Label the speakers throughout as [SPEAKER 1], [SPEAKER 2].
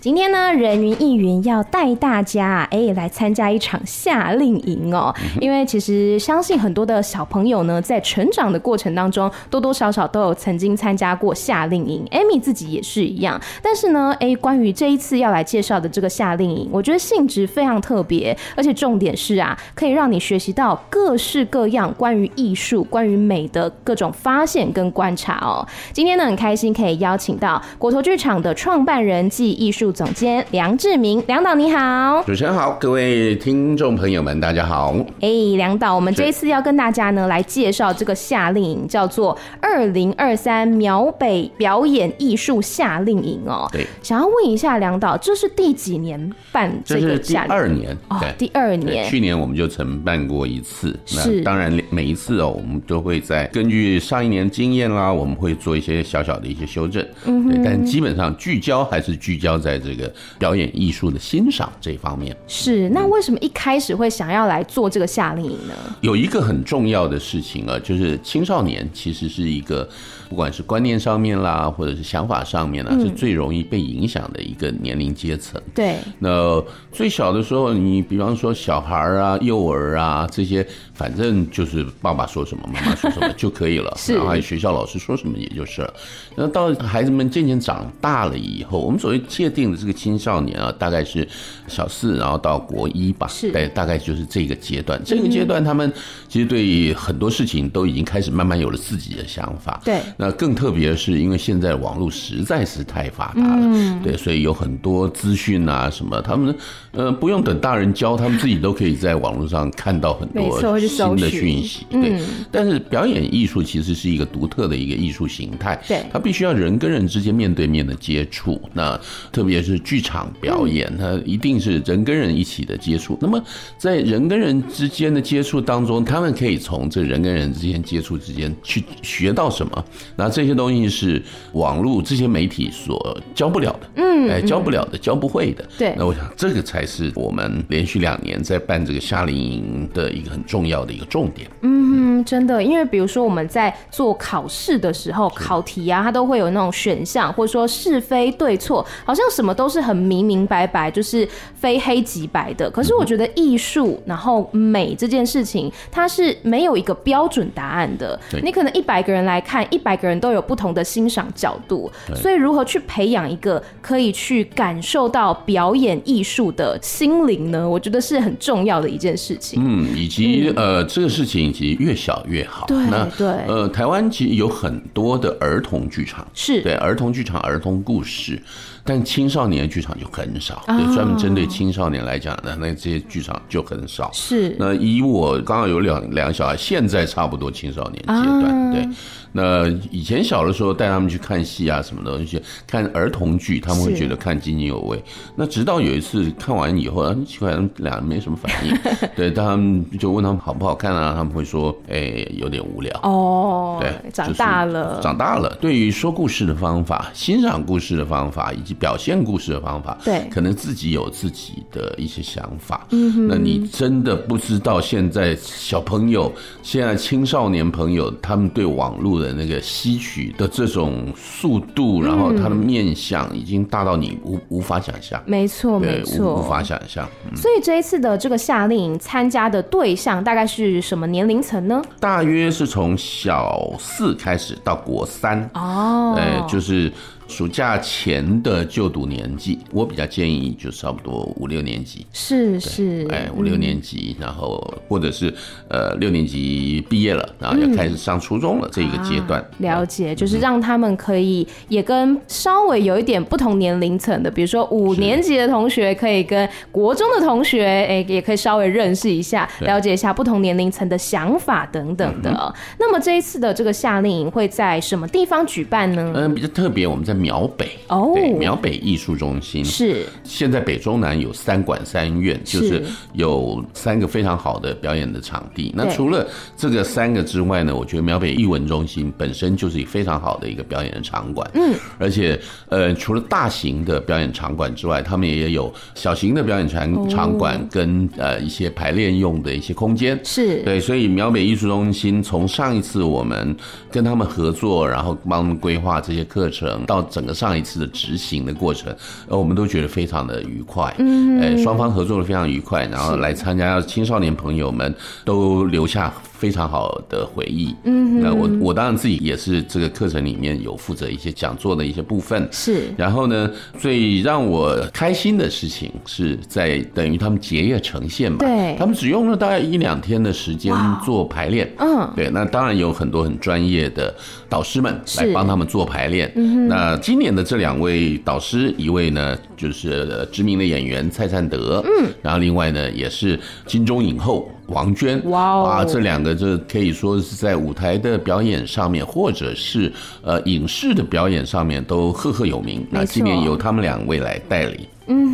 [SPEAKER 1] 今天呢，人云亦云要带大家哎、来参加一场夏令营哦，因为其实相信很多的小朋友呢，在成长的过程当中，多多少少都有曾经参加过夏令营。Amy 自己也是一样，但是呢，哎、关于这一次要来介绍的这个夏令营，我觉得性质非常特别，而且重点是啊，可以让你学习到各式各样关于艺术、关于美的各种发现跟观察哦。今天呢，很开心可以邀请到国头剧场的创办人暨艺术总监梁志明，梁导你好。
[SPEAKER 2] 主持人好，各位听众朋友们，大家好。
[SPEAKER 1] 哎、梁导，我们这一次要跟大家呢来介绍这个夏令营，叫做“二零二三苗北表演艺术夏令营”哦。
[SPEAKER 2] 对，
[SPEAKER 1] 想要问一下梁导，这是第几年办
[SPEAKER 2] 这
[SPEAKER 1] 这
[SPEAKER 2] 是
[SPEAKER 1] 个
[SPEAKER 2] 第
[SPEAKER 1] 夏令营？
[SPEAKER 2] 二年，
[SPEAKER 1] 哦，第二年
[SPEAKER 2] 对，去年我们就承办过一次，
[SPEAKER 1] 是
[SPEAKER 2] 那当然每一次哦，我们都会在根据上一年经验啦，我们会做一些小小的一些修正，嗯、对，但基本上聚焦还是聚焦在这个表演艺术的欣赏这方面。
[SPEAKER 1] 是。那为什么一开始会想要来做这个夏令营呢？
[SPEAKER 2] 有一个很重要的事情啊，就是青少年其实是一个，不管是观念上面啦，或者是想法上面啦，是最容易被影响的一个年龄阶层。
[SPEAKER 1] 对，
[SPEAKER 2] 那最小的时候，你比方说小孩儿啊、幼儿啊这些，反正就是爸爸说什么、妈妈说什么就可以了，
[SPEAKER 1] 是
[SPEAKER 2] 然后还有学校老师说什么也就是了。那到孩子们渐渐长大了以后，我们所谓界定的这个青少年啊，大概是小四，然后到国一吧，
[SPEAKER 1] 是嗯
[SPEAKER 2] 对，大概就是这个阶段。这个阶段，他们其实对很多事情都已经开始慢慢有了自己的想法。
[SPEAKER 1] 对
[SPEAKER 2] 那更特别的是，因为现在网络实在是太发达了，
[SPEAKER 1] 嗯
[SPEAKER 2] 对，所以有很多资讯啊什么，他们呃不用等大人教，他们自己都可以在网络上看到很
[SPEAKER 1] 没错
[SPEAKER 2] 多
[SPEAKER 1] 会去搜
[SPEAKER 2] 新的
[SPEAKER 1] 寻
[SPEAKER 2] 讯息。对，
[SPEAKER 1] 嗯
[SPEAKER 2] 但是表演艺术其实是一个独特的一个艺术形态，
[SPEAKER 1] 对
[SPEAKER 2] 它必须要人跟人之间面对面的接触。那特别是剧场表演，它一定是人跟人一起的接触。那么在人跟人之间的接触当中，他们可以从这人跟人之间接触之间去学到什么？那这些东西是网络这些媒体所教不了的，嗯，哎，教不了的，教不会的。
[SPEAKER 1] 对
[SPEAKER 2] 那我想这个才是我们连续两年在办这个夏令营的一个很重要的一个重点。
[SPEAKER 1] 嗯，真的，因为比如说我们在做考试的时候，考题啊，它都会有那种选项，或者说是非对错，好像什么都是很明明白白，就是非黑即白
[SPEAKER 2] 嗯
[SPEAKER 1] 的。可是我觉得艺术，然后美这件事情，它是没有一个标准答案的
[SPEAKER 2] 对。
[SPEAKER 1] 你可能一百个人来看，一百个人都有不同的欣赏角度，所以如何去培养一个可以去感受到表演艺术的心灵呢？我觉得是很重要的一件事情。
[SPEAKER 2] 嗯，以及、呃，这个事情其实越小越好。
[SPEAKER 1] 对
[SPEAKER 2] 那
[SPEAKER 1] 对
[SPEAKER 2] 呃，台湾其实有很多的儿童剧场，
[SPEAKER 1] 是
[SPEAKER 2] 对儿童剧场、儿童故事，但青少年剧场就很少。
[SPEAKER 1] 哦
[SPEAKER 2] 对，专门针对青少年来讲呢，那这些剧场就很少。
[SPEAKER 1] 是，
[SPEAKER 2] 那以我刚好有两两个小孩，现在差不多青少年阶段，
[SPEAKER 1] 啊
[SPEAKER 2] 对。那以前小的时候带他们去看戏啊，什么东西，看儿童剧，他们会
[SPEAKER 1] 是
[SPEAKER 2] 觉得看津津有味。那直到有一次看完以后，啊，奇怪，他们俩没什么反 应，对，但他们就问他们好不好看啊，他们会说，哎，有点无聊。
[SPEAKER 1] 哦
[SPEAKER 2] 对，，
[SPEAKER 1] 长
[SPEAKER 2] 就是
[SPEAKER 1] 大了，
[SPEAKER 2] 长大了。对于说故事的方法、欣赏故事的方法以及表现故事的方法，
[SPEAKER 1] 对
[SPEAKER 2] 可能自己有自己的一些想法。嗯那你真的不知道现在小朋友、现在青少年朋友，他们对网络的那个吸取的这种速
[SPEAKER 1] 嗯
[SPEAKER 2] 度，然后他的面向已经大到你无无法想象，
[SPEAKER 1] 没错没
[SPEAKER 2] 对，
[SPEAKER 1] 错，
[SPEAKER 2] 无无法想象。
[SPEAKER 1] 所以这一次的这个夏令营参加的对象大概是什么年龄层呢？
[SPEAKER 2] 大约是从小四开始到国三
[SPEAKER 1] 哦，
[SPEAKER 2] 呃，就是暑假前的就读年纪，我比较建议就差不多五六年级，
[SPEAKER 1] 是是，
[SPEAKER 2] 哎，五
[SPEAKER 1] 嗯
[SPEAKER 2] 六年级，然后或者是呃六年级毕业了，然后要开始上初中了这一个阶段
[SPEAKER 1] 嗯啊。了
[SPEAKER 2] 嗯
[SPEAKER 1] 解，就是让他们可以也跟稍微有一点不同年龄层的，比如说五
[SPEAKER 2] 是
[SPEAKER 1] 年级的同学可以跟国中的同学，哎、也可以稍微认识一下，
[SPEAKER 2] 对嗯
[SPEAKER 1] 了解一下不同年龄层的想法等等的。那么这一次的这个夏令营会在什么地方举办呢？
[SPEAKER 2] 嗯，比较特别，我们在苗北
[SPEAKER 1] 哦
[SPEAKER 2] 对，苗北艺术中心。
[SPEAKER 1] 是
[SPEAKER 2] 现在北中南有三馆三院，
[SPEAKER 1] 是
[SPEAKER 2] 就是有三个非常好的表演的场地。那
[SPEAKER 1] 对
[SPEAKER 2] 除了这个三个之外呢，我觉得苗北艺文中心本身就是一个非常好的一个表演的场馆。嗯，而且呃，除了大型的表演场馆之外，他们也有小型的表演
[SPEAKER 1] 哦
[SPEAKER 2] 场场馆跟呃一些排练用的一些空间。
[SPEAKER 1] 是，
[SPEAKER 2] 对，所以苗北艺术中心从上一次我们跟他们合作，然后帮他们规划这些课程，到整个上一次的执行的过程，呃，我们都觉得非常的愉快，嗯，呃，双方合作的非常愉快，然后来参加青少年朋友们都留下。非常好的回忆，嗯，那我我当然自己也是这个课程里面有负责一些讲座的一些部分，
[SPEAKER 1] 是
[SPEAKER 2] 然后呢，最让我开心的事情是在等于他们结业呈现吧，
[SPEAKER 1] 对
[SPEAKER 2] 他们只用了大概一两天的时间
[SPEAKER 1] 哎哇
[SPEAKER 2] 做排练，
[SPEAKER 1] 嗯
[SPEAKER 2] 对，那当然有很多很专业的导师们来
[SPEAKER 1] 是嗯
[SPEAKER 2] 帮他们做排练。那今年的这两位导师，一位呢就是呃知名的演员蔡灿德，嗯，然后另外呢也是金钟影后王娟，
[SPEAKER 1] 哇哦
[SPEAKER 2] 啊，这两个这可以说是在舞台的表演上面，或者是呃影视的表演上面都赫赫有名。那
[SPEAKER 1] 没错
[SPEAKER 2] 今年由他们两位来代理。
[SPEAKER 1] 嗯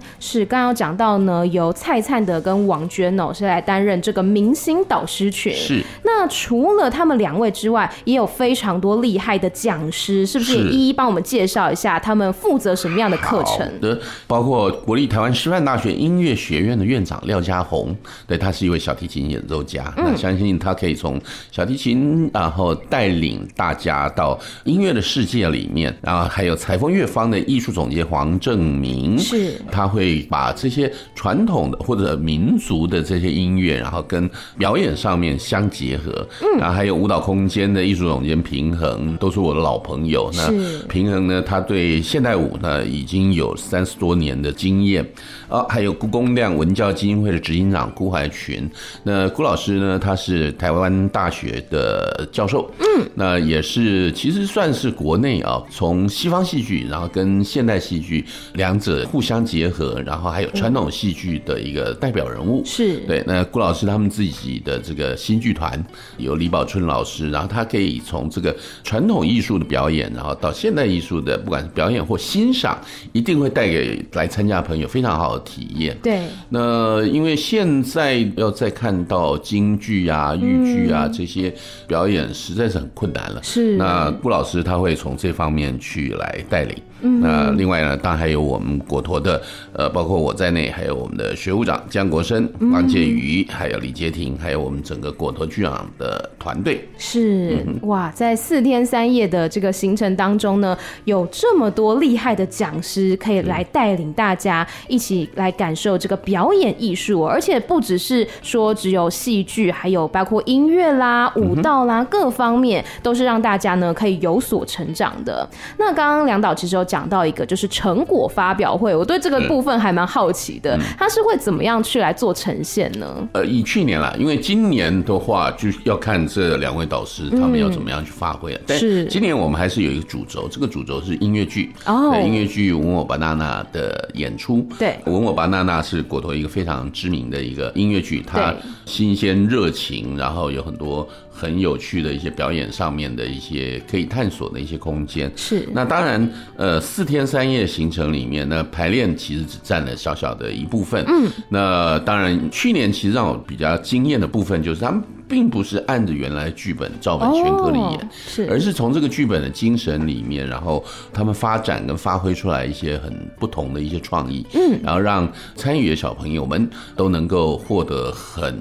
[SPEAKER 1] 哼，是刚刚有讲到呢，由蔡灿德跟王娟哦是来担任这个明星导师群。
[SPEAKER 2] 是。
[SPEAKER 1] 那除了他们两位之外，也有非常多厉害的讲师，是不是？
[SPEAKER 2] 是
[SPEAKER 1] 一一帮我们介绍一下他们负责什么样的课
[SPEAKER 2] 好
[SPEAKER 1] 程？
[SPEAKER 2] 的，包括国立台湾师范大学音乐学院的院长廖家宏，对他是一位小提琴演奏家，
[SPEAKER 1] 嗯
[SPEAKER 2] 那相信他可以从小提琴，然后带领大家到音乐的世界里面，然后还有采风乐坊的艺术总监黄正明，
[SPEAKER 1] 是
[SPEAKER 2] 他会把这些传统的或者民族的这些音乐，然后跟表演上面相结合，嗯，然后还有舞蹈空间的艺术总监平衡，都是我的老朋友，那
[SPEAKER 1] 是
[SPEAKER 2] 平衡呢，他对现代舞呢已经有三十多年的经验，啊，还有故宫亮文教基金会的执行长辜怀群。那辜老师呢，他是台湾大学的教授，嗯，那也是其实算是国内啊，从西方戏剧，然后跟现代戏剧两者互相结合，然后还有传统戏剧的一个代表人物，
[SPEAKER 1] 是，
[SPEAKER 2] 对，那顾老师他们自己的这个新剧团有李宝春老师，然后他可以从这个传统艺术的表演，然后到现代艺术的，不管是表演或欣赏，一定会带给来参加的朋友非常好的体验。
[SPEAKER 1] 对，
[SPEAKER 2] 那因为现在要再看到京剧啊、豫剧啊、这些表演，实在是很困难了。
[SPEAKER 1] 是
[SPEAKER 2] 那顾老师他会从这方面去来带领。嗯，那另外呢，当然还有我们国托的，呃，包括我在内，还有我们的学务长江国生、王介瑜，还有李杰廷，还有我们整个国托剧场的团队。
[SPEAKER 1] 是哇，在四天三夜的这个行程当中呢，有这么多厉害的讲师可以来带领大家一起来感受这个表演艺术哦，而且不只是说只有戏剧，还有包括音乐啦、舞蹈啦、各方面，都是让大家呢可以有所成长的。那刚刚梁导其实有讲到一个就是成果发表会，我对这个部分还蛮好奇的，它是会怎么样去来做呈现呢？
[SPEAKER 2] 呃，以去年啦，因为今年的话，就是要看这两位导师他们要怎么样去发挥了。但
[SPEAKER 1] 嗯是
[SPEAKER 2] 今年我们还是有一个主轴，这个主轴是音乐剧。
[SPEAKER 1] 哦
[SPEAKER 2] 对音乐剧《吻我吧，娜娜》的演出。
[SPEAKER 1] 对
[SPEAKER 2] 《吻我吧，娜娜》是国头一个非常知名的一个音乐剧，它
[SPEAKER 1] 对
[SPEAKER 2] 新鲜热情，然后有很多很有趣的一些表演上面的一些可以探索的一些空间。
[SPEAKER 1] 是
[SPEAKER 2] 那当然，呃，四天三夜行程里面呢，排练其实只占了小小的一部分。嗯，那当然，去年其实让我比较惊艳的部分就是他们并不是按着原来剧本照本宣科的演。
[SPEAKER 1] 哦是
[SPEAKER 2] 而是从这个剧本的精神里面，然后他们发展跟发挥出来一些很不同的一些创意，嗯，然后让参与的小朋友们都能够获得很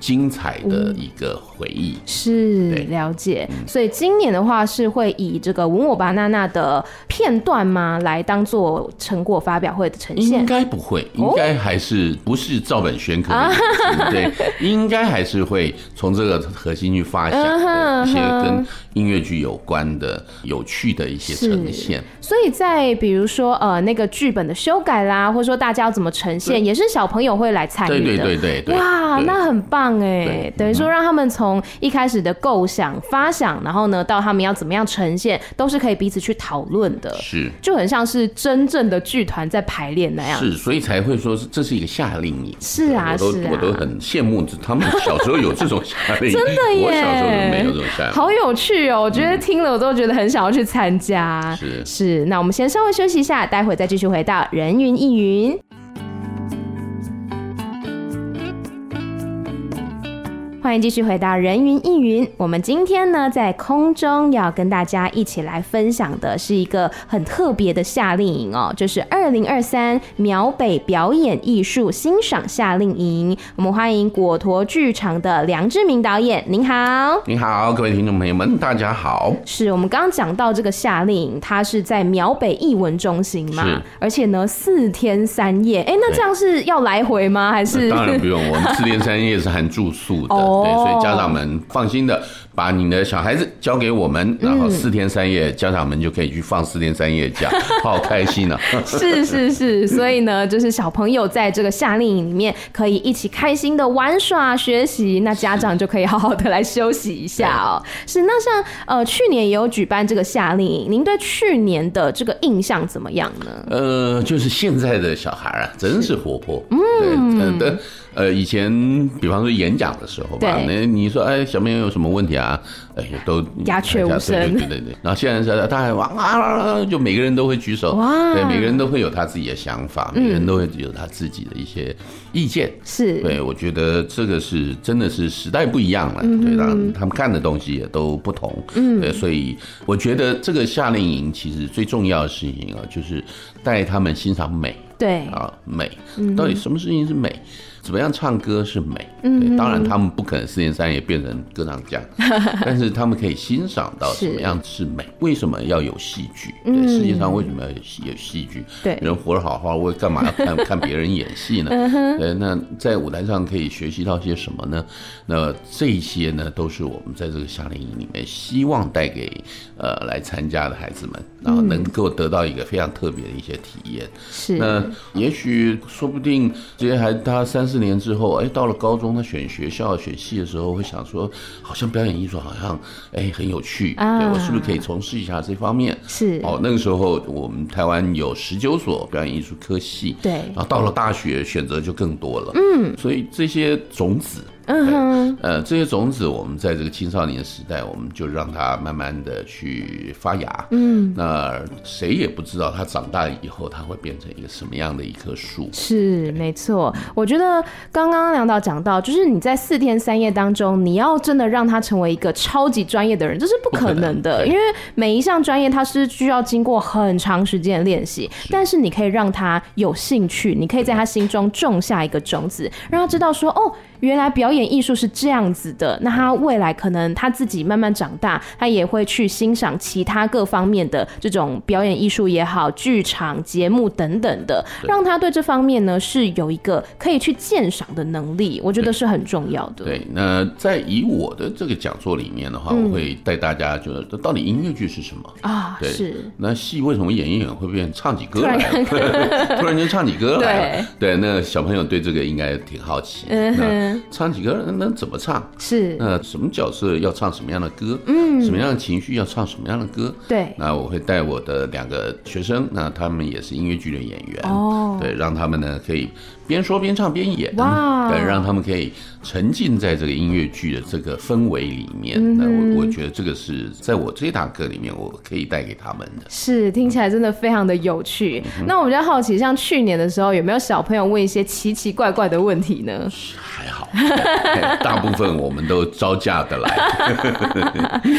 [SPEAKER 2] 精彩的一个回忆。
[SPEAKER 1] 是
[SPEAKER 2] 对嗯
[SPEAKER 1] 了解，所以今年的话是会以这个《吻我吧，娜娜》的片段吗，来当做成果发表会的呈
[SPEAKER 2] 应
[SPEAKER 1] 现？
[SPEAKER 2] 该不会，
[SPEAKER 1] 哦啊
[SPEAKER 2] 应该还是不是照本宣科的意思、 对，应该还是会从这个核心去发想
[SPEAKER 1] 嗯
[SPEAKER 2] 的
[SPEAKER 1] 哼
[SPEAKER 2] 一些
[SPEAKER 1] 嗯哼
[SPEAKER 2] 跟音乐剧有关的有趣的一些呈
[SPEAKER 1] 是
[SPEAKER 2] 现。
[SPEAKER 1] 所以在比如说呃那个剧本的修改啦，或者说大家要怎么呈现，也是小朋友会来参
[SPEAKER 2] 对
[SPEAKER 1] 与
[SPEAKER 2] 对
[SPEAKER 1] 的。
[SPEAKER 2] 对对对，
[SPEAKER 1] 嗯哇，
[SPEAKER 2] 对
[SPEAKER 1] 那很棒哎
[SPEAKER 2] 对！嗯
[SPEAKER 1] 等于说让他们从一开始的构想、发想，然后呢到他们要怎么样呈现，都是可以彼此去讨论的，
[SPEAKER 2] 是。
[SPEAKER 1] 就很像是真正的剧团在排练那样。
[SPEAKER 2] 是，所以才会说是这是一个夏令营。
[SPEAKER 1] 哎是啊
[SPEAKER 2] 我都
[SPEAKER 1] 是啊
[SPEAKER 2] 我都很羡慕，就他们小时候有这种夏夏令 营，
[SPEAKER 1] 真的耶
[SPEAKER 2] 我小时候都没有这种夏令营，
[SPEAKER 1] 好有趣哦！我觉得听了我都觉得很想要去参加。
[SPEAKER 2] 是
[SPEAKER 1] 是，那我们先稍微休息一下，待会再继续回到人云亦云。欢迎继续回到人云亦云。我们今天呢，在空中要跟大家一起来分享的是一个很特别的夏令营哦，就是二零二三苗北表演艺术欣赏夏令营。我们欢迎果陀剧场的梁志明导演，您好。
[SPEAKER 2] 你好，各位听众朋友们，大家好。
[SPEAKER 1] 是我们刚刚讲到这个夏令营，它是在苗北艺文中心嘛
[SPEAKER 2] 是，
[SPEAKER 1] 而且呢四天三夜，哎，那这样是要来回吗？还是
[SPEAKER 2] 当然不用，我们四天三夜是含住宿 的，
[SPEAKER 1] 哦
[SPEAKER 2] 对，所以家长们放心的把你的小孩子交给我们，然
[SPEAKER 1] 嗯
[SPEAKER 2] 后四天三夜，家长们就可以去放四天三夜 假，好开心啊！
[SPEAKER 1] 是是是， 所以呢，就是小朋友在这个夏令营里面可以一起开心的玩耍学习，那家长就可以好好的来休息一下哦。是，那像呃去年也有举办这个夏令营，您对去年的这个印象怎么样呢？
[SPEAKER 2] 呃，就是现在的小孩啊，真是活泼。嗯，对，呃，但呃，以前比方说演讲的时候吧，
[SPEAKER 1] 对
[SPEAKER 2] 那你说，哎，小朋友有什么问题啊？哎，都哎
[SPEAKER 1] 鸦雀无声
[SPEAKER 2] 对对对对。然后现在是大家哇啊，就每个人都会举手，
[SPEAKER 1] 哇嗯
[SPEAKER 2] 对，每个人都会有他自己的想法，每个人都会有他自己的一些意见。
[SPEAKER 1] 是
[SPEAKER 2] 对，我觉得这个是真的是时代不一样了，对，让他们看的东西也都不同，嗯，对，所以我觉得这个夏令营其实最重要的事情啊，就是带他们欣赏美
[SPEAKER 1] 对，
[SPEAKER 2] 啊，美到底什么事情是美？怎么样唱歌是美？对，当然他们不可能四年三夜变成歌唱 家，但是他们可以欣赏到
[SPEAKER 1] 是
[SPEAKER 2] 什么样是嗯美。为什么要有戏剧？对，世界上为什么要有戏有戏剧？
[SPEAKER 1] 对嗯
[SPEAKER 2] 人活得好好，我干嘛要看 看别人演戏呢？对，那在舞台上可以学习到些什么呢？那这些呢，都是我们在这个夏令营里面希望带给呃来参加的孩子们，
[SPEAKER 1] 嗯
[SPEAKER 2] 然后能够得到一个非常特别的一些体验。
[SPEAKER 1] 是
[SPEAKER 2] 那也许说不定这些孩子他三四年之后，哎，到了高中他选学校选系的时候，会想说，好像表演艺术好像哎很有趣，
[SPEAKER 1] 啊
[SPEAKER 2] 对我是不是可以从事一下这方面？
[SPEAKER 1] 是
[SPEAKER 2] 哦，那个时候我们台湾有十九所表演艺术科系，
[SPEAKER 1] 对
[SPEAKER 2] 然后到了大学选择就更多了，嗯，所以这些种子，
[SPEAKER 1] 嗯哼，
[SPEAKER 2] 呃，这些种子，我们在这个青少年时代，我们就让它慢慢的去发芽。嗯，那谁也不知道它长大以后，它会变成一个什么样的一棵树。
[SPEAKER 1] 是没错，我觉得刚刚梁导讲到，就是你在四天三夜当中，你要真的让他成为一个超级专业的人，这是不可能
[SPEAKER 2] 不可
[SPEAKER 1] 的，
[SPEAKER 2] 能对
[SPEAKER 1] 因为每一项专业它是需要经过很长时间的练习。但是你可以让他有兴趣，你可以在他心中种下一个种子，让他知道说，哦，原来表演艺术是这样子的。那他未来可能他自己慢慢长大，他也会去欣赏其他各方面的这种表演艺术也好，剧场、节目等等的，让他对这方面呢是有一个可以去鉴赏的能力，我觉得是很重要的。
[SPEAKER 2] 对，那在以我的这个讲座里面的话，
[SPEAKER 1] 嗯
[SPEAKER 2] 我会带大家就是到底音乐剧是什么。
[SPEAKER 1] 啊，
[SPEAKER 2] 对
[SPEAKER 1] 是
[SPEAKER 2] 那戏为什么演一演会变唱起歌
[SPEAKER 1] 突然
[SPEAKER 2] 来 了？突然间唱起歌来了。对，那小朋友对这个应该挺好奇。
[SPEAKER 1] 嗯
[SPEAKER 2] 那
[SPEAKER 1] 哼
[SPEAKER 2] 唱起歌那怎么唱？
[SPEAKER 1] 是，
[SPEAKER 2] 那什么角色要唱什么样的歌？嗯，什么样的情绪要唱什么样的歌？
[SPEAKER 1] 对，
[SPEAKER 2] 那我会带我的两个学生，那他们也是音乐剧的演员，
[SPEAKER 1] 哦
[SPEAKER 2] 对，让他们呢可以边说边唱边演，
[SPEAKER 1] 哇
[SPEAKER 2] 对，让他们可以沉浸在这个音乐剧的这个氛围里面。
[SPEAKER 1] 嗯
[SPEAKER 2] 那我我觉得这个是在我这堂课里面我可以带给他们的。
[SPEAKER 1] 是，听起来真的非常的有趣。那我比较好奇，像去年的时候，有没有小朋友问一些奇奇怪怪的问题呢？
[SPEAKER 2] 还好，大部分我们都招架的来。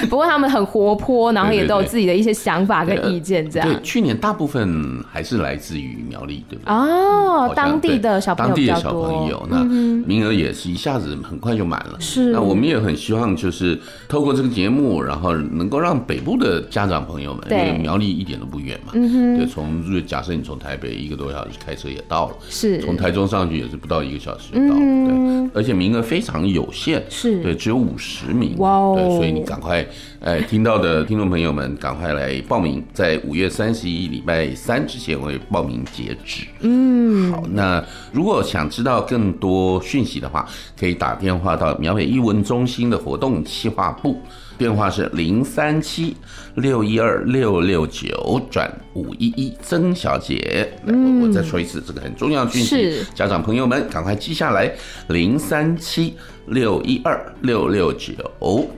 [SPEAKER 1] 不过他们很活泼，然后
[SPEAKER 2] 对对
[SPEAKER 1] 也都有
[SPEAKER 2] 对
[SPEAKER 1] 自己的一些想法跟意见， 这样。
[SPEAKER 2] 对，去年大部分还是来自于苗栗，对不对？
[SPEAKER 1] 哦
[SPEAKER 2] 好，像
[SPEAKER 1] 当地
[SPEAKER 2] 对
[SPEAKER 1] 的小朋友
[SPEAKER 2] 当地
[SPEAKER 1] 比
[SPEAKER 2] 的
[SPEAKER 1] 较
[SPEAKER 2] 小
[SPEAKER 1] 多，嗯
[SPEAKER 2] 朋友，那名额也是一下子很快就满了。
[SPEAKER 1] 是
[SPEAKER 2] 那我们也很希望就是透过这个节目，然后能够让北部的家长朋友们，因
[SPEAKER 1] 对嗯
[SPEAKER 2] 为苗栗一点都不远嘛，对，从如果假设你从台北一个多小时开车也到了，
[SPEAKER 1] 是
[SPEAKER 2] 从台中上去也是不到一个小时就到了，
[SPEAKER 1] 嗯
[SPEAKER 2] 对，而且名额非常有限，
[SPEAKER 1] 是
[SPEAKER 2] 对，只有五十名，
[SPEAKER 1] 哇哦
[SPEAKER 2] 对，所以你赶快，哎，听到的 听众朋友们，赶快来报名，
[SPEAKER 1] 嗯
[SPEAKER 2] 在五月三十一礼拜三之前为报名截止。好，那如果想知道更多讯息的话，可以打电话到苗北艺文中心的活动企划部，电话是零三七六一二六六九转五一一，曾小姐。嗯，我再说一次，这个很重要的讯息
[SPEAKER 1] 是，
[SPEAKER 2] 家长朋友们赶快记下来，零三七六一二六六九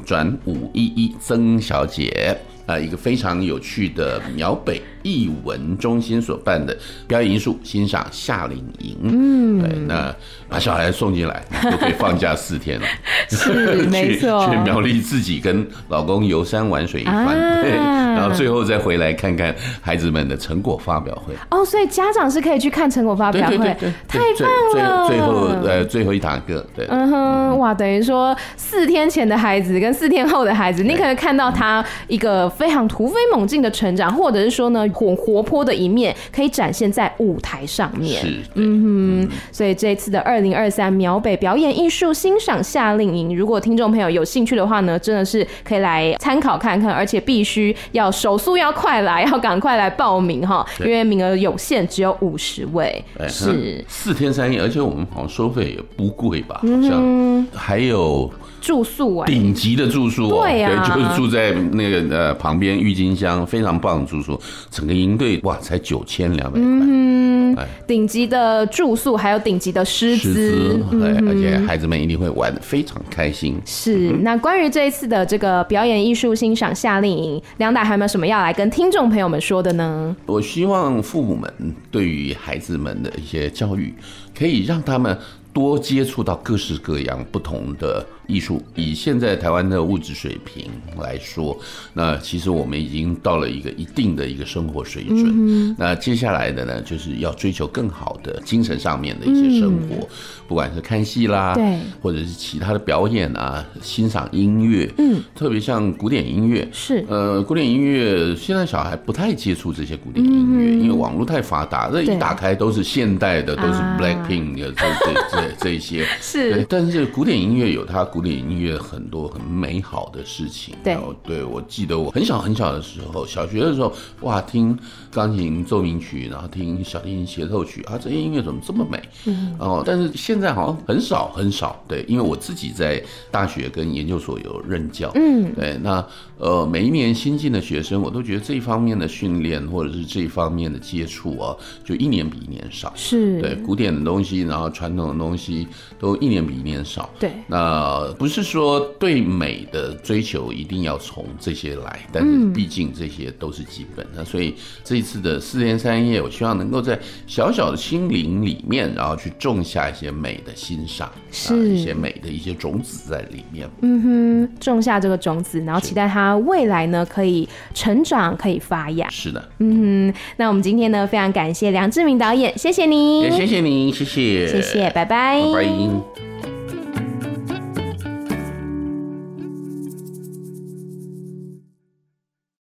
[SPEAKER 2] 转五一一，曾小姐。啊，一个非常有趣的苗北艺文中心所办的表演艺术欣赏夏令营，嗯，对，那把小孩送进来就可以放假四天了，
[SPEAKER 1] 是没
[SPEAKER 2] 去
[SPEAKER 1] 错
[SPEAKER 2] 去苗栗自己跟老公游山玩水一番，
[SPEAKER 1] 啊
[SPEAKER 2] 对， 然后最后再回来看看孩子们的成果发表会。
[SPEAKER 1] 哦，所以家长是可以去看成果发
[SPEAKER 2] 对
[SPEAKER 1] 表
[SPEAKER 2] 对对
[SPEAKER 1] 会
[SPEAKER 2] 对，，
[SPEAKER 1] 太
[SPEAKER 2] 最
[SPEAKER 1] 棒了！
[SPEAKER 2] 最最后呃最后一堂课，对，
[SPEAKER 1] 嗯哼，哇，等于说四天前的孩子跟四天后的孩子，你可能看到他一个非常突飞猛进的成长，或者是说呢，活活泼的一面可以展现在舞台上面。
[SPEAKER 2] 是，
[SPEAKER 1] 嗯哼，所以这次的二零二三苗北表演艺术欣赏夏令营，如果听众朋友有兴趣的话呢，真的是可以来参考看看，而且必须要手速要快来，要赶快来报名哈，因
[SPEAKER 2] 对
[SPEAKER 1] 为名额有限，只有五十位。
[SPEAKER 2] 哎
[SPEAKER 1] 是嗯
[SPEAKER 2] 四天三夜，而且我们好像收费也不贵吧，好像还有
[SPEAKER 1] 住宿啊，
[SPEAKER 2] 顶级的住宿哦，
[SPEAKER 1] 对啊呀
[SPEAKER 2] 就是住在那个呃旁边郁金香，非常棒的住宿，整个营队哇才九千两百块，
[SPEAKER 1] 嗯
[SPEAKER 2] 哎，
[SPEAKER 1] 顶级的住宿还有顶级的师
[SPEAKER 2] 师
[SPEAKER 1] 资嗯
[SPEAKER 2] 资，，哎，而且孩子们一定会玩的非常开心。
[SPEAKER 1] 是，那关于这一次的这个表演艺术欣赏夏令营，梁导还有没有什么要来跟听众朋友们说的呢？
[SPEAKER 2] 我希望父母们对于孩子们的一些教育，可以让他们多接触到各式各样不同的艺术。以现在台湾的物质水平来说，那其实我们已经到了一个一定的一个生活水准。那接下来的呢，就是要追求更好的精神上面的一些生活，不管是看戏啦，
[SPEAKER 1] 对
[SPEAKER 2] 或者是其他的表演啊，欣赏音乐，嗯，特别像古典音乐，
[SPEAKER 1] 是，
[SPEAKER 2] 呃，古典音乐现在小孩不太接触这些古典音乐，因为网络太发达，这
[SPEAKER 1] 对
[SPEAKER 2] 一打开都是现代的，都是
[SPEAKER 1] 啊
[SPEAKER 2] Blackpink 的、这这这这一些。对
[SPEAKER 1] 是，
[SPEAKER 2] 但是古典音乐有它古典音乐很多很美好的事情。
[SPEAKER 1] 对
[SPEAKER 2] 然后对我记得我很小很小的时候，小学的时候，哇，听钢琴奏鸣曲，然后听小提琴协奏曲啊，这些音乐怎么这么美？嗯，哦，但是现在好像很少很少。对，因为我自己在大学跟研究所有任教，
[SPEAKER 1] 嗯，
[SPEAKER 2] 对，那呃，每一年新进的学生，我都觉得这一方面的训练或者是这一方面的接触啊，就一年比一年少。
[SPEAKER 1] 是，
[SPEAKER 2] 对，古典的东西，然后传统的东西，都一年比一年少。
[SPEAKER 1] 对
[SPEAKER 2] 那不是说对美的追求一定要从这些来，但
[SPEAKER 1] 嗯
[SPEAKER 2] 是毕竟这些都是基本的，那所以这一次的四天三夜，我希望能够在小小的心灵里面，然后去种下一些美的欣赏，啊、
[SPEAKER 1] 是
[SPEAKER 2] 一些美的一些种子在里面。
[SPEAKER 1] 嗯哼，种下这个种子，然后期待它未来呢可以成长，可以发芽。
[SPEAKER 2] 是的，
[SPEAKER 1] 嗯哼，那我们今天呢非常感谢梁志明导演，谢谢你，
[SPEAKER 2] 嗯也谢谢您，谢谢，
[SPEAKER 1] 谢谢，拜拜
[SPEAKER 2] 拜拜